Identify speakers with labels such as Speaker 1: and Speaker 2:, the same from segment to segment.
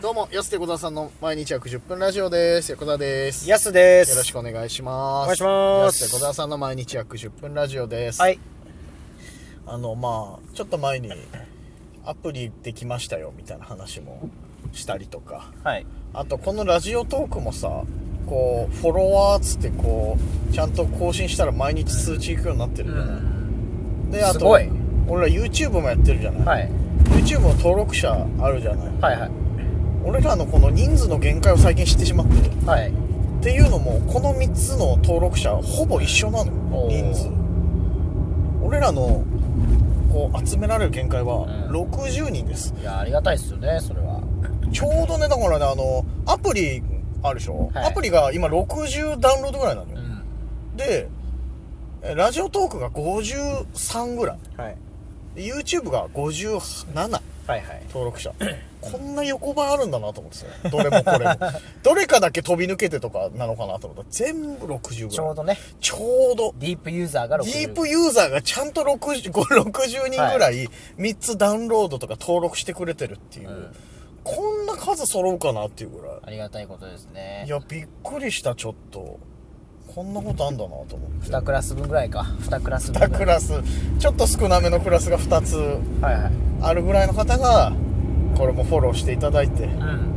Speaker 1: どうも、安手小沢さんの毎日約10分ラジオです。横田です。よ
Speaker 2: やすです。
Speaker 1: ろしくお願いします。
Speaker 2: お願いします
Speaker 1: 安手小沢さんの毎日約10分ラジオです。
Speaker 2: はい。
Speaker 1: あの、まあ、ちょっと前に、アプリできましたよ、みたいな話もしたりとか。
Speaker 2: はい。
Speaker 1: あと、このラジオトークもさ、こう、フォロワーっつって、こう、ちゃんと更新したら毎日通知いくようになってるじゃない。で、あ
Speaker 2: す
Speaker 1: と、
Speaker 2: ごい
Speaker 1: 俺ら YouTube もやってるじゃない。
Speaker 2: はい。
Speaker 1: YouTube も登録者あるじゃない。
Speaker 2: はいはい。
Speaker 1: 俺らのこの人数の限界を最近知ってしまって
Speaker 2: はい。
Speaker 1: っていうのもこの3つの登録者ほぼ一緒なの
Speaker 2: おー
Speaker 1: 人数俺らのこう集められる限界は
Speaker 2: うん
Speaker 1: 60人です、
Speaker 2: いや、ありがたいっすよね、それは。
Speaker 1: ちょうどねだからねあのアプリあるでしょ、
Speaker 2: はい
Speaker 1: アプリが今60ダウンロードぐらいなの
Speaker 2: う
Speaker 1: よ、
Speaker 2: ん。
Speaker 1: でえラジオトークが53ぐらい
Speaker 2: はい。
Speaker 1: で YouTube が57
Speaker 2: はいはい。
Speaker 1: 登録 者こんな横ばいあるんだなと思ってさどれもこれ もどれかだけ飛び抜けてとかなのかなと思ったら全部60ぐ
Speaker 2: ち
Speaker 1: ら
Speaker 2: ょう
Speaker 1: い
Speaker 2: どね、
Speaker 1: ちょうど
Speaker 2: ディープユーザーが
Speaker 1: デ
Speaker 2: 60。
Speaker 1: ィープユーザーがちゃんと60 60人ぐらい3つダウンロードとか登録してくれてるっていう、
Speaker 2: うん
Speaker 1: こんな数揃うかなっていうぐら
Speaker 2: ありがたいことですね
Speaker 1: いい。やびっくりしたちょっとこんなことあんだなと思って
Speaker 2: 2クラス分ぐらいか。2クラス分
Speaker 1: 2
Speaker 2: ぐら
Speaker 1: ク
Speaker 2: い。
Speaker 1: ラスちょっと少なめのクラスが2つ
Speaker 2: はいはい。
Speaker 1: あるぐらいの方がこれもフォローしていただいて
Speaker 2: うん。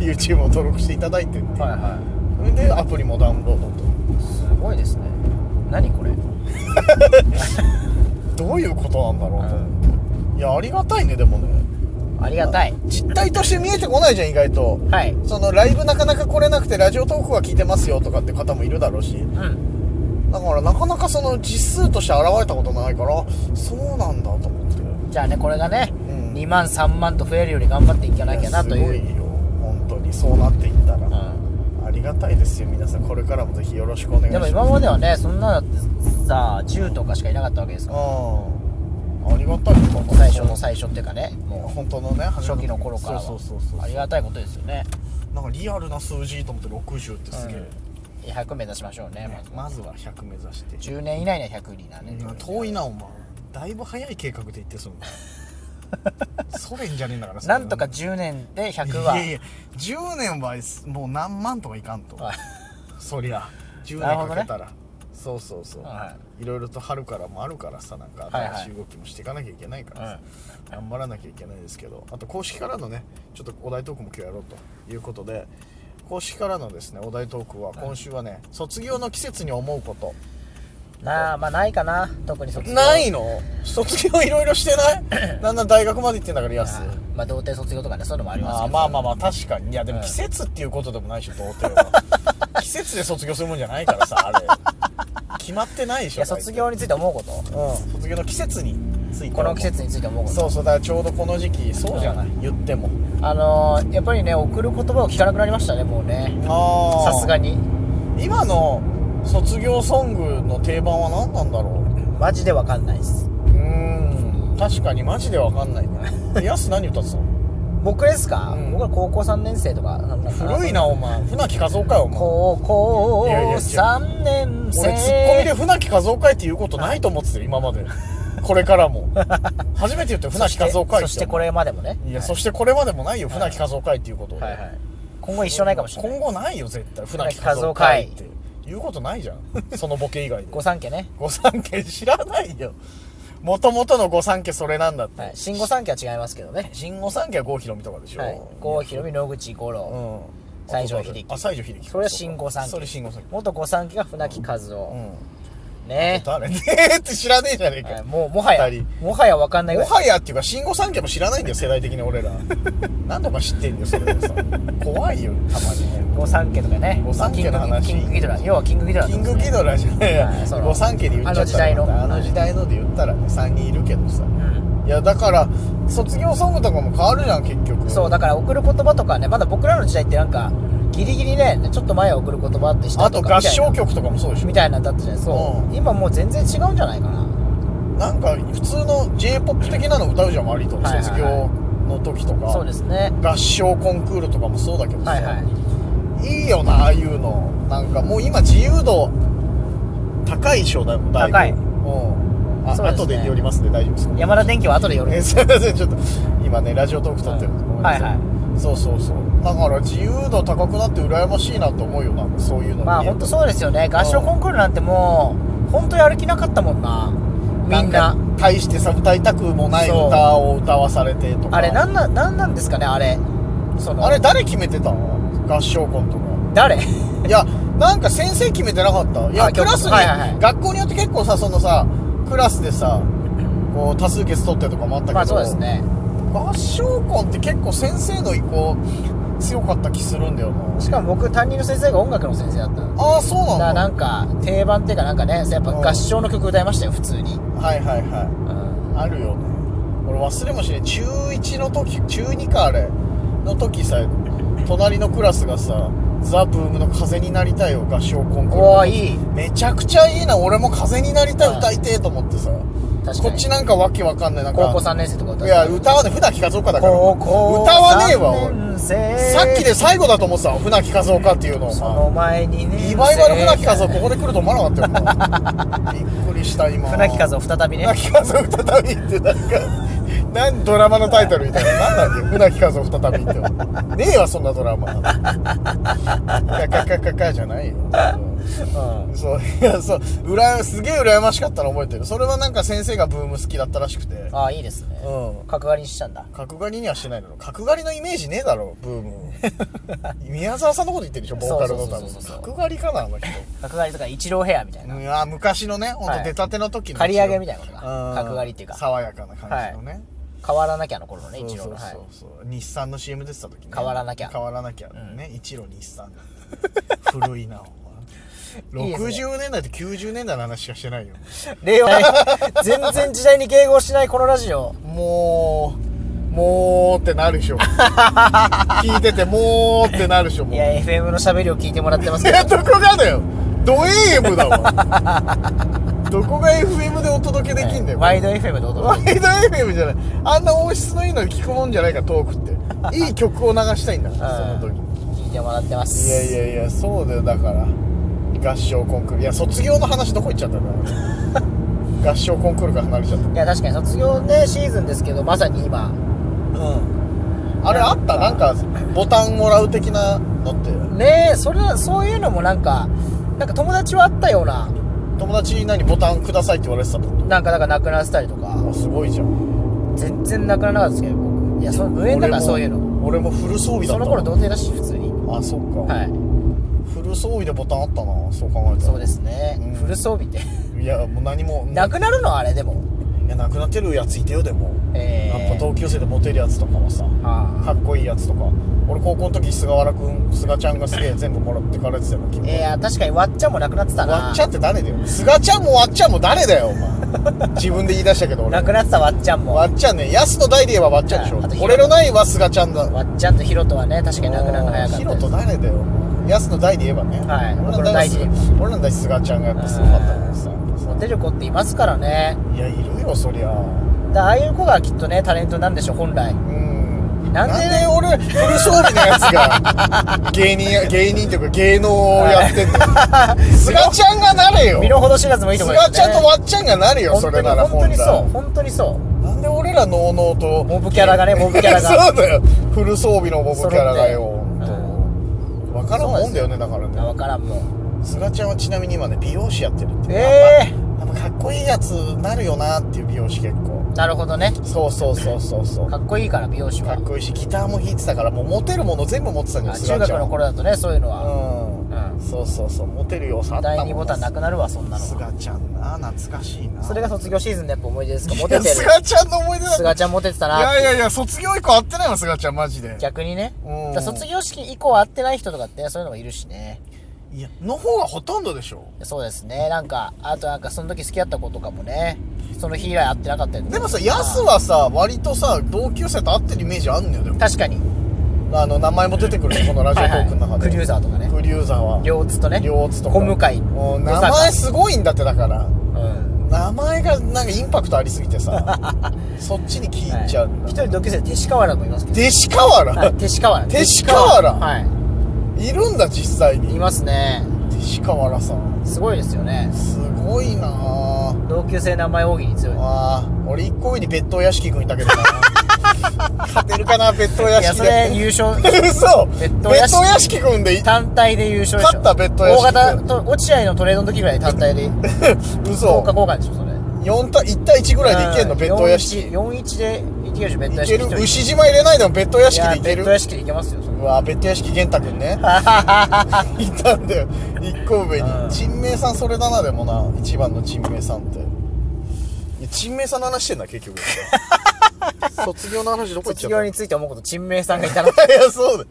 Speaker 1: YouTube を登録していただいてって
Speaker 2: はいは
Speaker 1: それでアプリもダウンロード
Speaker 2: い。すごいですね。何これ。
Speaker 1: とどういうことなんだろうと
Speaker 2: う
Speaker 1: 思っていやありがたいねでもね
Speaker 2: ありがたい。
Speaker 1: 実態として見えてこないじゃん意外と
Speaker 2: はい。
Speaker 1: そのライブなかなか来れなくてラジオトークは聞いてますよとかって方もいるだろうし
Speaker 2: うん。
Speaker 1: だからなかなかその実数として現れたことないからそうなんだと思って
Speaker 2: じゃあね、これがね、
Speaker 1: ん
Speaker 2: 2万、3万と増えるより頑張っていかなきゃなとい
Speaker 1: やす
Speaker 2: う。
Speaker 1: ごいよ本当にそうなっていった
Speaker 2: う
Speaker 1: ら、
Speaker 2: ん。
Speaker 1: ありがたいですよ皆さんこれからもぜひよろしくお願いし
Speaker 2: で
Speaker 1: ま
Speaker 2: も
Speaker 1: す
Speaker 2: 今まではね、そんなのだってさ、10とかしかいなかったわけですから。
Speaker 1: うんありがたい本
Speaker 2: 最初の最初っていうかね、もう。
Speaker 1: 本当のね
Speaker 2: 初期の頃からは
Speaker 1: そうそうそうそう
Speaker 2: ありがたいことですよね
Speaker 1: なんかリアルな数字と思って60ってすげえ、
Speaker 2: 100目指しましょうね
Speaker 1: ねまずは100目指して、
Speaker 2: 10年以内には100になね
Speaker 1: うん遠いなお前だいぶ早い計画で言ってそう なソ連じゃねえんだからそれ
Speaker 2: なんとか10年で100はい
Speaker 1: やいや10年はもう何万とかいかんと
Speaker 2: はい
Speaker 1: そりゃ10
Speaker 2: なるほ
Speaker 1: 年
Speaker 2: ど
Speaker 1: か
Speaker 2: ね
Speaker 1: けたら、そうそうそう、、
Speaker 2: はい
Speaker 1: ろいろと春からもあるからさなんか
Speaker 2: はいはい
Speaker 1: 新しい動きもしていかなきゃいけないからさ、頑張らなきゃいけないですけどあと公式からのねちょっとお題トークも今日やろうということで公式からのですねお題トークは今週はね、卒業の季節に思うこと
Speaker 2: なあまあないかな特に卒業
Speaker 1: ないの卒業いろいろして ないだんだん大学まで行ってんだから安
Speaker 2: あまあ童貞卒業とかねそういうのもあります
Speaker 1: あ
Speaker 2: け
Speaker 1: ー
Speaker 2: ど
Speaker 1: まあまあまあ確かにいやでも
Speaker 2: うん
Speaker 1: 季節っていうことでもないでしょ童貞は 季節で卒業するもんじゃないからさあれ決まってないでし
Speaker 2: い
Speaker 1: ょ
Speaker 2: や卒業について思うこと
Speaker 1: 大体うん卒業の季節について
Speaker 2: この季節について思うこと
Speaker 1: そうそうだからちょうどこの時期そうじゃない言っても
Speaker 2: あのーやっぱりね送る言葉を聞かなくなりましたねもうね
Speaker 1: あ
Speaker 2: さすがに
Speaker 1: 今の卒業ソングの定番は何なんだろ
Speaker 2: マジでわかんないです
Speaker 1: ううーん確かにマジでわかんない ねやす何歌ってたの
Speaker 2: 僕ですか、
Speaker 1: うん
Speaker 2: 僕は高校3年生とかなんだか
Speaker 1: 古いなお前船木和夫かよお前
Speaker 2: 高校
Speaker 1: いやいや違う
Speaker 2: 3年生
Speaker 1: 俺ツッコミで船木和夫会って言うことないと思ってたよ今までこれからも初めて言ったよ船木和夫会って
Speaker 2: そしてこれまでもね
Speaker 1: いや、
Speaker 2: はい
Speaker 1: そしてこれまでもないよ船木和夫会っていうこと
Speaker 2: はいはい今後一緒ないかもしれない
Speaker 1: 今後ないよ絶対船
Speaker 2: 船
Speaker 1: 木
Speaker 2: 木
Speaker 1: 和
Speaker 2: 和
Speaker 1: 夫
Speaker 2: 夫
Speaker 1: 会
Speaker 2: 会
Speaker 1: って言うことないじゃんそのボケ以 外で
Speaker 2: 御三家ね、
Speaker 1: 御三家知らないよもともとの御三家それなんだって、
Speaker 2: はい、新御三家は違いますけどね、
Speaker 1: 新御三家は郷ひろみとかでしょ、
Speaker 2: はい、郷ひろみ野口五
Speaker 1: う
Speaker 2: 郎、
Speaker 1: ん
Speaker 2: 西城秀樹
Speaker 1: あ西城秀樹
Speaker 2: それは新御三家
Speaker 1: それ新御三家
Speaker 2: 元御三家が船木和
Speaker 1: う
Speaker 2: 夫、
Speaker 1: ん
Speaker 2: ね
Speaker 1: 誰 ねえって知らねえじゃねえかよ
Speaker 2: はいもうもはや
Speaker 1: 二人
Speaker 2: もはや分かんないぐ
Speaker 1: も
Speaker 2: らい
Speaker 1: はやっていうか、新御三家も知らないんだよ、世代的に 俺ら。なんでお前知ってんだよ、それでさ。怖いよ、たまにね。
Speaker 2: 御三家とかね
Speaker 1: 御三家の話
Speaker 2: キングキングギドラ要はキングギドラ
Speaker 1: キングギドラじゃねえ
Speaker 2: はいそ
Speaker 1: や。
Speaker 2: の
Speaker 1: 御三家で言っちゃった
Speaker 2: あの時代の
Speaker 1: あの時代ので言ったらね、3人いるけどさ。
Speaker 2: ラ、うん
Speaker 1: いや、だから、卒業ソングとかも変わるじゃん、結局。
Speaker 2: そうだから送る言葉とかねまだ僕らの時代ってなんかギリギリねちょっと前は送る言葉ってした
Speaker 1: あ
Speaker 2: と
Speaker 1: と
Speaker 2: か
Speaker 1: 合
Speaker 2: みたいな
Speaker 1: 唱曲とかもそうでし
Speaker 2: みたいなのだったじゃないそう、
Speaker 1: う
Speaker 2: 今もう全然違うんじゃないかな
Speaker 1: ょ。なんか、普通の J-POP 的なの歌うじゃん、割と。
Speaker 2: はいはいはい
Speaker 1: 卒業の時と
Speaker 2: そう
Speaker 1: か。
Speaker 2: ですね
Speaker 1: 合唱コンクールとかもそうだけどさ。
Speaker 2: はいはい
Speaker 1: いいよなああいうのなんかもう今自由度高いでしょだいぶだぶ
Speaker 2: 高い
Speaker 1: うんあ、
Speaker 2: そうですね
Speaker 1: 後で寄りますね大丈夫ですか
Speaker 2: 山田電機は後で寄る
Speaker 1: えすいませんちょっと今ねラジオトーク撮ってるんで、
Speaker 2: うん
Speaker 1: ごめんなさ
Speaker 2: はいはい
Speaker 1: そうそうそうだから自由度高くなって羨ましいなと思うよなんかそういうの
Speaker 2: まあ本当そうですよね合唱コンクールなんてもう本当やる気なかったもんなみんな
Speaker 1: 大してさ歌いたくもない
Speaker 2: そう
Speaker 1: 歌を歌わされてとか
Speaker 2: あれなんななんなんですかねあれその
Speaker 1: あれ誰決めてたの合唱コンとか
Speaker 2: 誰
Speaker 1: いやなんか先生決めてなかったいや
Speaker 2: あ
Speaker 1: クラスに、
Speaker 2: はいはいはい
Speaker 1: 学校によって結構さそのさクラスでさこう多数決取ってとかもあったけど、
Speaker 2: まあそうですね
Speaker 1: 合唱コンって結構先生の意向強かった気するんだよな
Speaker 2: しかも僕担任の先生が音楽の先生だったの
Speaker 1: ああそう
Speaker 2: だか
Speaker 1: な
Speaker 2: ら
Speaker 1: んだ
Speaker 2: なんか定番っていうかなんかねやっぱ合唱の曲歌いましたよ普通に、
Speaker 1: はいはいはい
Speaker 2: うん
Speaker 1: あるよね俺忘れもしない中1の時中2かあれの時さ隣のクラスがさ「ザ・ブームの風になりたい」を合唱コンクー
Speaker 2: おー
Speaker 1: ル
Speaker 2: いい
Speaker 1: めちゃくちゃいいな俺も風になりたい
Speaker 2: はい
Speaker 1: 歌いてえと思ってさ
Speaker 2: 確か
Speaker 1: こ
Speaker 2: に
Speaker 1: っちなんかわけわかんないなんか
Speaker 2: 高校3年生とか歌
Speaker 1: いや歌わねえ船木和夫かだから
Speaker 2: 高校
Speaker 1: 歌わねえわ俺
Speaker 2: 3年生
Speaker 1: さっきで最後だと思ってたの船木和夫かっていうの
Speaker 2: その前にね
Speaker 1: リバイバル船木和夫ここで来ると思わなかったよびっくりした今
Speaker 2: 船木和夫再びね
Speaker 1: 船木和夫再びってなんかなんドラマのタイトルみたいな何なんだよ船木和夫再びってねえわそんなドラマカカカカカじゃないよ
Speaker 2: うん
Speaker 1: そういやそううらやすげえ羨ましかったの覚えてるそれはなんか先生がブーム好きだったらしくて
Speaker 2: ああいいですね
Speaker 1: うん
Speaker 2: 角刈りにしたんだ
Speaker 1: 角刈りにはしてないの角刈りのイメージねえだろブー ム宮沢さんのこと言ってるでしょボーカルの多
Speaker 2: そうそうそうそうそう
Speaker 1: 分角刈りかなあの人
Speaker 2: 角刈りとか一郎ヘアみたいな
Speaker 1: うんあ昔のね、ほん
Speaker 2: は
Speaker 1: と
Speaker 2: い
Speaker 1: 出たての時の。
Speaker 2: 刈り上げみたいなこと
Speaker 1: うん
Speaker 2: か角刈りっていうか
Speaker 1: 爽やかな感じのね。
Speaker 2: 変わらなきゃの頃のね
Speaker 1: そう
Speaker 2: 一
Speaker 1: そ
Speaker 2: 郎の
Speaker 1: う
Speaker 2: はい
Speaker 1: そうそう。日産の CM 出てた時ね。
Speaker 2: 変わらなきゃ
Speaker 1: 変わらなきゃ。ね。一路日 産。古いな、お前。
Speaker 2: いいですね
Speaker 1: 60年代と90年代の話しかしてないよ。
Speaker 2: 令和に全然時代に迎合しないこのラジオ
Speaker 1: もう、もうってなる でしょ。聞いてて、もうってなるでしょ、も。
Speaker 2: いうや FM の喋りを聞いてもらってます
Speaker 1: い
Speaker 2: けど
Speaker 1: やどこがだよド AM だわどこが FM でお届 けできんだよ、
Speaker 2: ワイド FM で
Speaker 1: ワ
Speaker 2: 踊
Speaker 1: イド FM じゃないあんな音質のいいのに聞くもんじゃないからトークっていい曲を流したいんだからその時
Speaker 2: 聞いてもらってます
Speaker 1: いやいやいやそうだよだから合唱コンクールいや卒業の話どこ行っちゃったんだ合唱コンクールから離れちゃった
Speaker 2: いや確かに卒業ねシーズンですけどまさに今
Speaker 1: うんあれあったなんかボタンもらう的なのって
Speaker 2: ねえそれそういうのもなんかなんか友達はあったような
Speaker 1: 友達に何ボタンくださいって言われてたってこと
Speaker 2: なんかだからなくなってたりとか
Speaker 1: あすごいじゃん
Speaker 2: 全然なくならなかったですけど僕いやその無縁だからそういうの
Speaker 1: 俺も俺もフル装備だ
Speaker 2: そ
Speaker 1: ったわ
Speaker 2: の頃童貞だし普通に
Speaker 1: あそっか、
Speaker 2: はい
Speaker 1: フル装備でボタンあったなそう考えたら
Speaker 2: そうですね、
Speaker 1: うん
Speaker 2: フル装備って
Speaker 1: いやもう何も
Speaker 2: なくなるのあれでも
Speaker 1: いやなくなってるやついてよでも、
Speaker 2: えー、
Speaker 1: やっぱ同級生でモテるやつとかもさ
Speaker 2: あ
Speaker 1: かっこいいやつとか俺高校の時菅原くん菅ちゃんがすげえ全部もらってかれてたような気
Speaker 2: あ
Speaker 1: 分
Speaker 2: いや確かにわっちゃんもなくなってたな
Speaker 1: わっちゃんって誰だよ菅ちゃんもわっちゃんも誰だよお 前自分で言い出したけど俺
Speaker 2: なくなってたわっちゃんも
Speaker 1: わっちゃんね安野大で言えばわっちゃんでしょ
Speaker 2: ああと
Speaker 1: 俺のないは菅ちゃんだ
Speaker 2: わっちゃんとヒロトはね確かになくなるの早かった
Speaker 1: ヒロと誰だよお前安野大で言えばね
Speaker 2: はい
Speaker 1: 俺らの大
Speaker 2: 俺の大で
Speaker 1: 俺らの大菅ちゃんがやっぱすごかったからさ
Speaker 2: モテる子っていますからね
Speaker 1: いやいるよそりゃ
Speaker 2: だああいう子がきっとねタレントなんでしょ本来
Speaker 1: うん
Speaker 2: なんで
Speaker 1: なんで俺フル装備のやつ が芸人や芸人っていうか芸能をやってんの菅ちゃんがなれよ
Speaker 2: 身の程知らずもいいとこ
Speaker 1: 菅
Speaker 2: ろ
Speaker 1: ちゃんとわっちゃんがなれよそれなら
Speaker 2: 本当に
Speaker 1: 本
Speaker 2: そう
Speaker 1: 来
Speaker 2: 本当にそ
Speaker 1: なんで俺らのうのうと
Speaker 2: うモブキャラ がねモブキャラが
Speaker 1: そうだよフル装備のモブキャラがよ本当わからんもんだよねだから
Speaker 2: あ
Speaker 1: ね
Speaker 2: 分からんもん
Speaker 1: 菅ちゃんはちなみに今ね美容師やってるって
Speaker 2: ええ
Speaker 1: やっぱやっぱかっこいいやつなるよなっていう美容師結構
Speaker 2: なるほどね
Speaker 1: そうそうそうそうそう
Speaker 2: かっこいいから美容師
Speaker 1: か
Speaker 2: は
Speaker 1: っこいいしギターも弾いてたからもうモテるもの全部持ってたん
Speaker 2: あ
Speaker 1: です
Speaker 2: 中学の頃だとねそういうのは
Speaker 1: うん、
Speaker 2: うん
Speaker 1: そうそうそうモテる要素あった
Speaker 2: 第
Speaker 1: もん
Speaker 2: 2ボタンなくなるわそんなの
Speaker 1: すがちゃんな懐かしいな
Speaker 2: それが卒業シーズンでやっぱ思い出ですかモテてる
Speaker 1: すがちゃんの思い出だ
Speaker 2: すがちゃんモテてた
Speaker 1: い
Speaker 2: な
Speaker 1: やいやいや卒業以降会ってないのすがちゃんマジ で
Speaker 2: 逆にね
Speaker 1: うん
Speaker 2: だから卒業式以降会ってない人とかってそういうのもいるしね
Speaker 1: いやの方がほとんどでしょ
Speaker 2: そうですねなんかあとなんかその時好きだった子とかもねその日以来会ってなかったりとか
Speaker 1: でもさヤスはさ割とさ同級生と会ってるイメージあんのよでも
Speaker 2: 確かに
Speaker 1: あの名前も出てくるしこのラジオトークの中で、
Speaker 2: はいはいクリューザーとかね
Speaker 1: クリューザーは
Speaker 2: 両津とね
Speaker 1: 両津とか
Speaker 2: 小向井
Speaker 1: もう
Speaker 2: 小
Speaker 1: 名
Speaker 2: 坂
Speaker 1: 前すごいんだってだから
Speaker 2: うん
Speaker 1: 名前がなんかインパクトありすぎてさ そっちに聞いちゃう、
Speaker 2: はい一人同級生で勅使河原もいますけど
Speaker 1: 弟子河原、
Speaker 2: はい勅使河原
Speaker 1: 勅使河原い、るんだ実際
Speaker 2: はいい
Speaker 1: に
Speaker 2: ますね
Speaker 1: 弟子河原さん
Speaker 2: すごいですよね
Speaker 1: すごいなあ
Speaker 2: 同級生名前大喜利強い
Speaker 1: あー俺一個上に別当屋敷君いたけどな 勝てるかな、別当屋
Speaker 2: いや、
Speaker 1: 敷
Speaker 2: それ
Speaker 1: で。
Speaker 2: 優勝、
Speaker 1: 嘘
Speaker 2: 別
Speaker 1: 別
Speaker 2: 当屋敷
Speaker 1: 当屋敷組んでいい
Speaker 2: 単体で優勝でしょ。
Speaker 1: 勝った別途屋敷
Speaker 2: 大型と、落合のトレードの時ぐらい単 体で、
Speaker 1: 嘘
Speaker 2: 10日交換でしょ、それ。
Speaker 1: 4対1対1ぐらいでいけんの別当屋敷い
Speaker 2: 4-1でいけるでしょ、別当屋敷
Speaker 1: け
Speaker 2: 一
Speaker 1: る
Speaker 2: 人。
Speaker 1: 牛島入れないでも別当屋
Speaker 2: い
Speaker 1: 敷
Speaker 2: や
Speaker 1: でいけ
Speaker 2: 別
Speaker 1: る
Speaker 2: 当屋敷でいけますよ、それ
Speaker 1: うわ別当屋敷玄太くん ねいたんだよ1個上に
Speaker 2: うん
Speaker 1: 珍名さんそれだなでもな一番の珍名さんっていや珍名さんの話してんだ結局 卒業の話どこ行っち
Speaker 2: 卒
Speaker 1: ゃった
Speaker 2: 業について思うこと、陳明さんがいたな。
Speaker 1: いやそうだ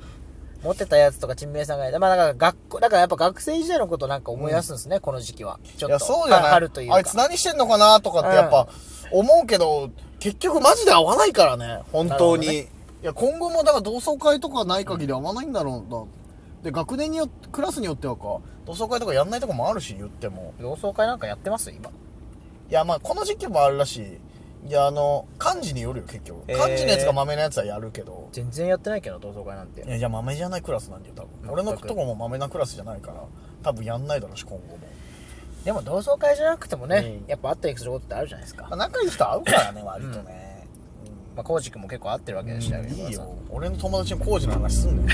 Speaker 2: 持ってたやつとか陳明さんがいた。まあ、だから学校、だからやっぱ学生時代のことなんか思い出すんですね、この時期は。ちょ
Speaker 1: い
Speaker 2: っと。
Speaker 1: やそうじゃない
Speaker 2: 春というか。
Speaker 1: あいつ何してんのかなとかってやっぱ思うけど、結局マジで合わないからね本当に、
Speaker 2: なる
Speaker 1: いや今後もだから同窓会とかない限り合わないんだろうな、で学年によってクラスによってはか同窓会とかやんないとこもあるし言っても
Speaker 2: 同窓会なんかやってます今。
Speaker 1: いやまあこの時期もあるらしいいやあの漢字によるよ結局
Speaker 2: えー
Speaker 1: 漢字のやつが豆のやつはやるけど、
Speaker 2: 全然やってないけど、同窓会なんて
Speaker 1: い。やじゃあ豆じゃないクラスなんだよ多分俺のとこも豆なクラスじゃないから多分やんないだろうし今後も、
Speaker 2: でも同窓会じゃなくてもね、
Speaker 1: うん
Speaker 2: やっぱあったりすることってあるじゃないですか。
Speaker 1: まあ、仲いい人会うからね割とね、うん
Speaker 2: まあ、コウジ君も結構会ってるわけでしたよ、
Speaker 1: いいよ
Speaker 2: 今
Speaker 1: 俺の友達に工事の話すんね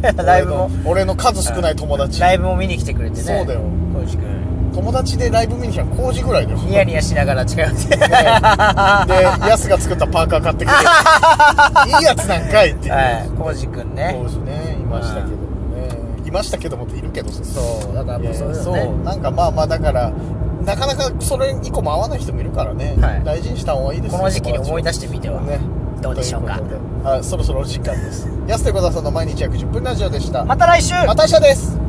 Speaker 2: 田さん
Speaker 1: ん
Speaker 2: ライブも、
Speaker 1: 俺の数少ない友達
Speaker 2: ライブも見に来てくれてね。
Speaker 1: そうだよ
Speaker 2: コウジ君、
Speaker 1: 友達でライブ見に来たの工事ぐらいだよ
Speaker 2: ニヤニヤしながら近寄って。
Speaker 1: でヤスが作ったパーカー買ってき ていいやつなんかいって
Speaker 2: はい、コウジ君ね
Speaker 1: 工。事ねいましたけどもねいましたけどもっているけどさ
Speaker 2: そう、だから
Speaker 1: い
Speaker 2: も
Speaker 1: や
Speaker 2: うそういう
Speaker 1: そ
Speaker 2: のね
Speaker 1: う。なんかまあまあだからなかなかそれ以降も合わない人もいるからね、
Speaker 2: はい
Speaker 1: 大事にした方がいいです
Speaker 2: こ
Speaker 1: よ
Speaker 2: の時期に思い出
Speaker 1: 友達
Speaker 2: してみて
Speaker 1: を
Speaker 2: は。
Speaker 1: ね
Speaker 2: どうでしょうか
Speaker 1: といことであそろそろお時間です安手小田さんの毎日約10分ラジオでした
Speaker 2: また来週
Speaker 1: また明日です